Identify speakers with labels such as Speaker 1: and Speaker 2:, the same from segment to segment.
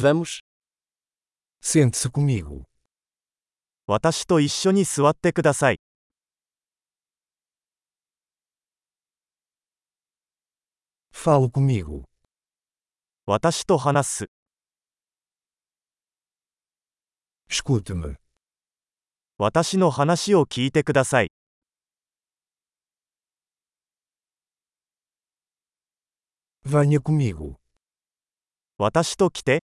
Speaker 1: Vamos.
Speaker 2: Sente-se comigo.
Speaker 1: 私と一緒に座ってください。
Speaker 2: Fale comigo.
Speaker 1: 私と話す。
Speaker 2: Escute-me.
Speaker 1: 私の話を聞いてください。
Speaker 2: Venha comigo.
Speaker 1: 私と来て、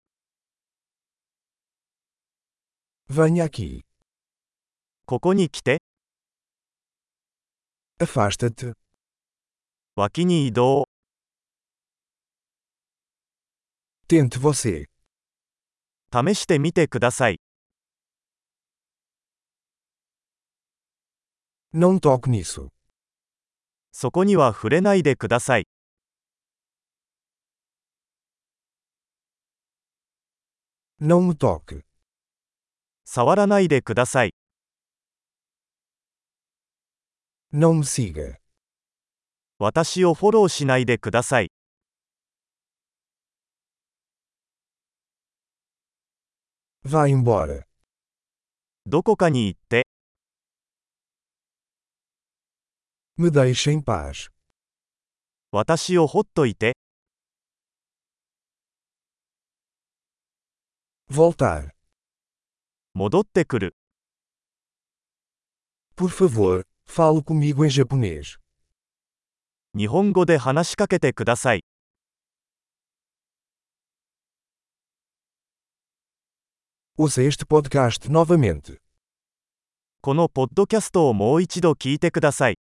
Speaker 2: Venha aqui.
Speaker 1: ここに来て、
Speaker 2: Afasta-te.
Speaker 1: 脇に移動。
Speaker 2: Tente você.
Speaker 1: 試してみてください。
Speaker 2: Não toque nisso.
Speaker 1: そこには触れないでください。
Speaker 2: Não me toque.
Speaker 1: 触らないでください。
Speaker 2: Não me siga.
Speaker 1: 私をフォローしないでください。
Speaker 2: Vá embora.
Speaker 1: どこかに行って、
Speaker 2: Me deixe em paz.
Speaker 1: 私をほっといて、
Speaker 2: Voltar.
Speaker 1: 戻ってくる。
Speaker 2: Por favor, fale comigo em japonês.
Speaker 1: 日本語で話しかけてください。
Speaker 2: Ouça este podcast novamente.
Speaker 1: このポッドキャストをもう一度聞いてください。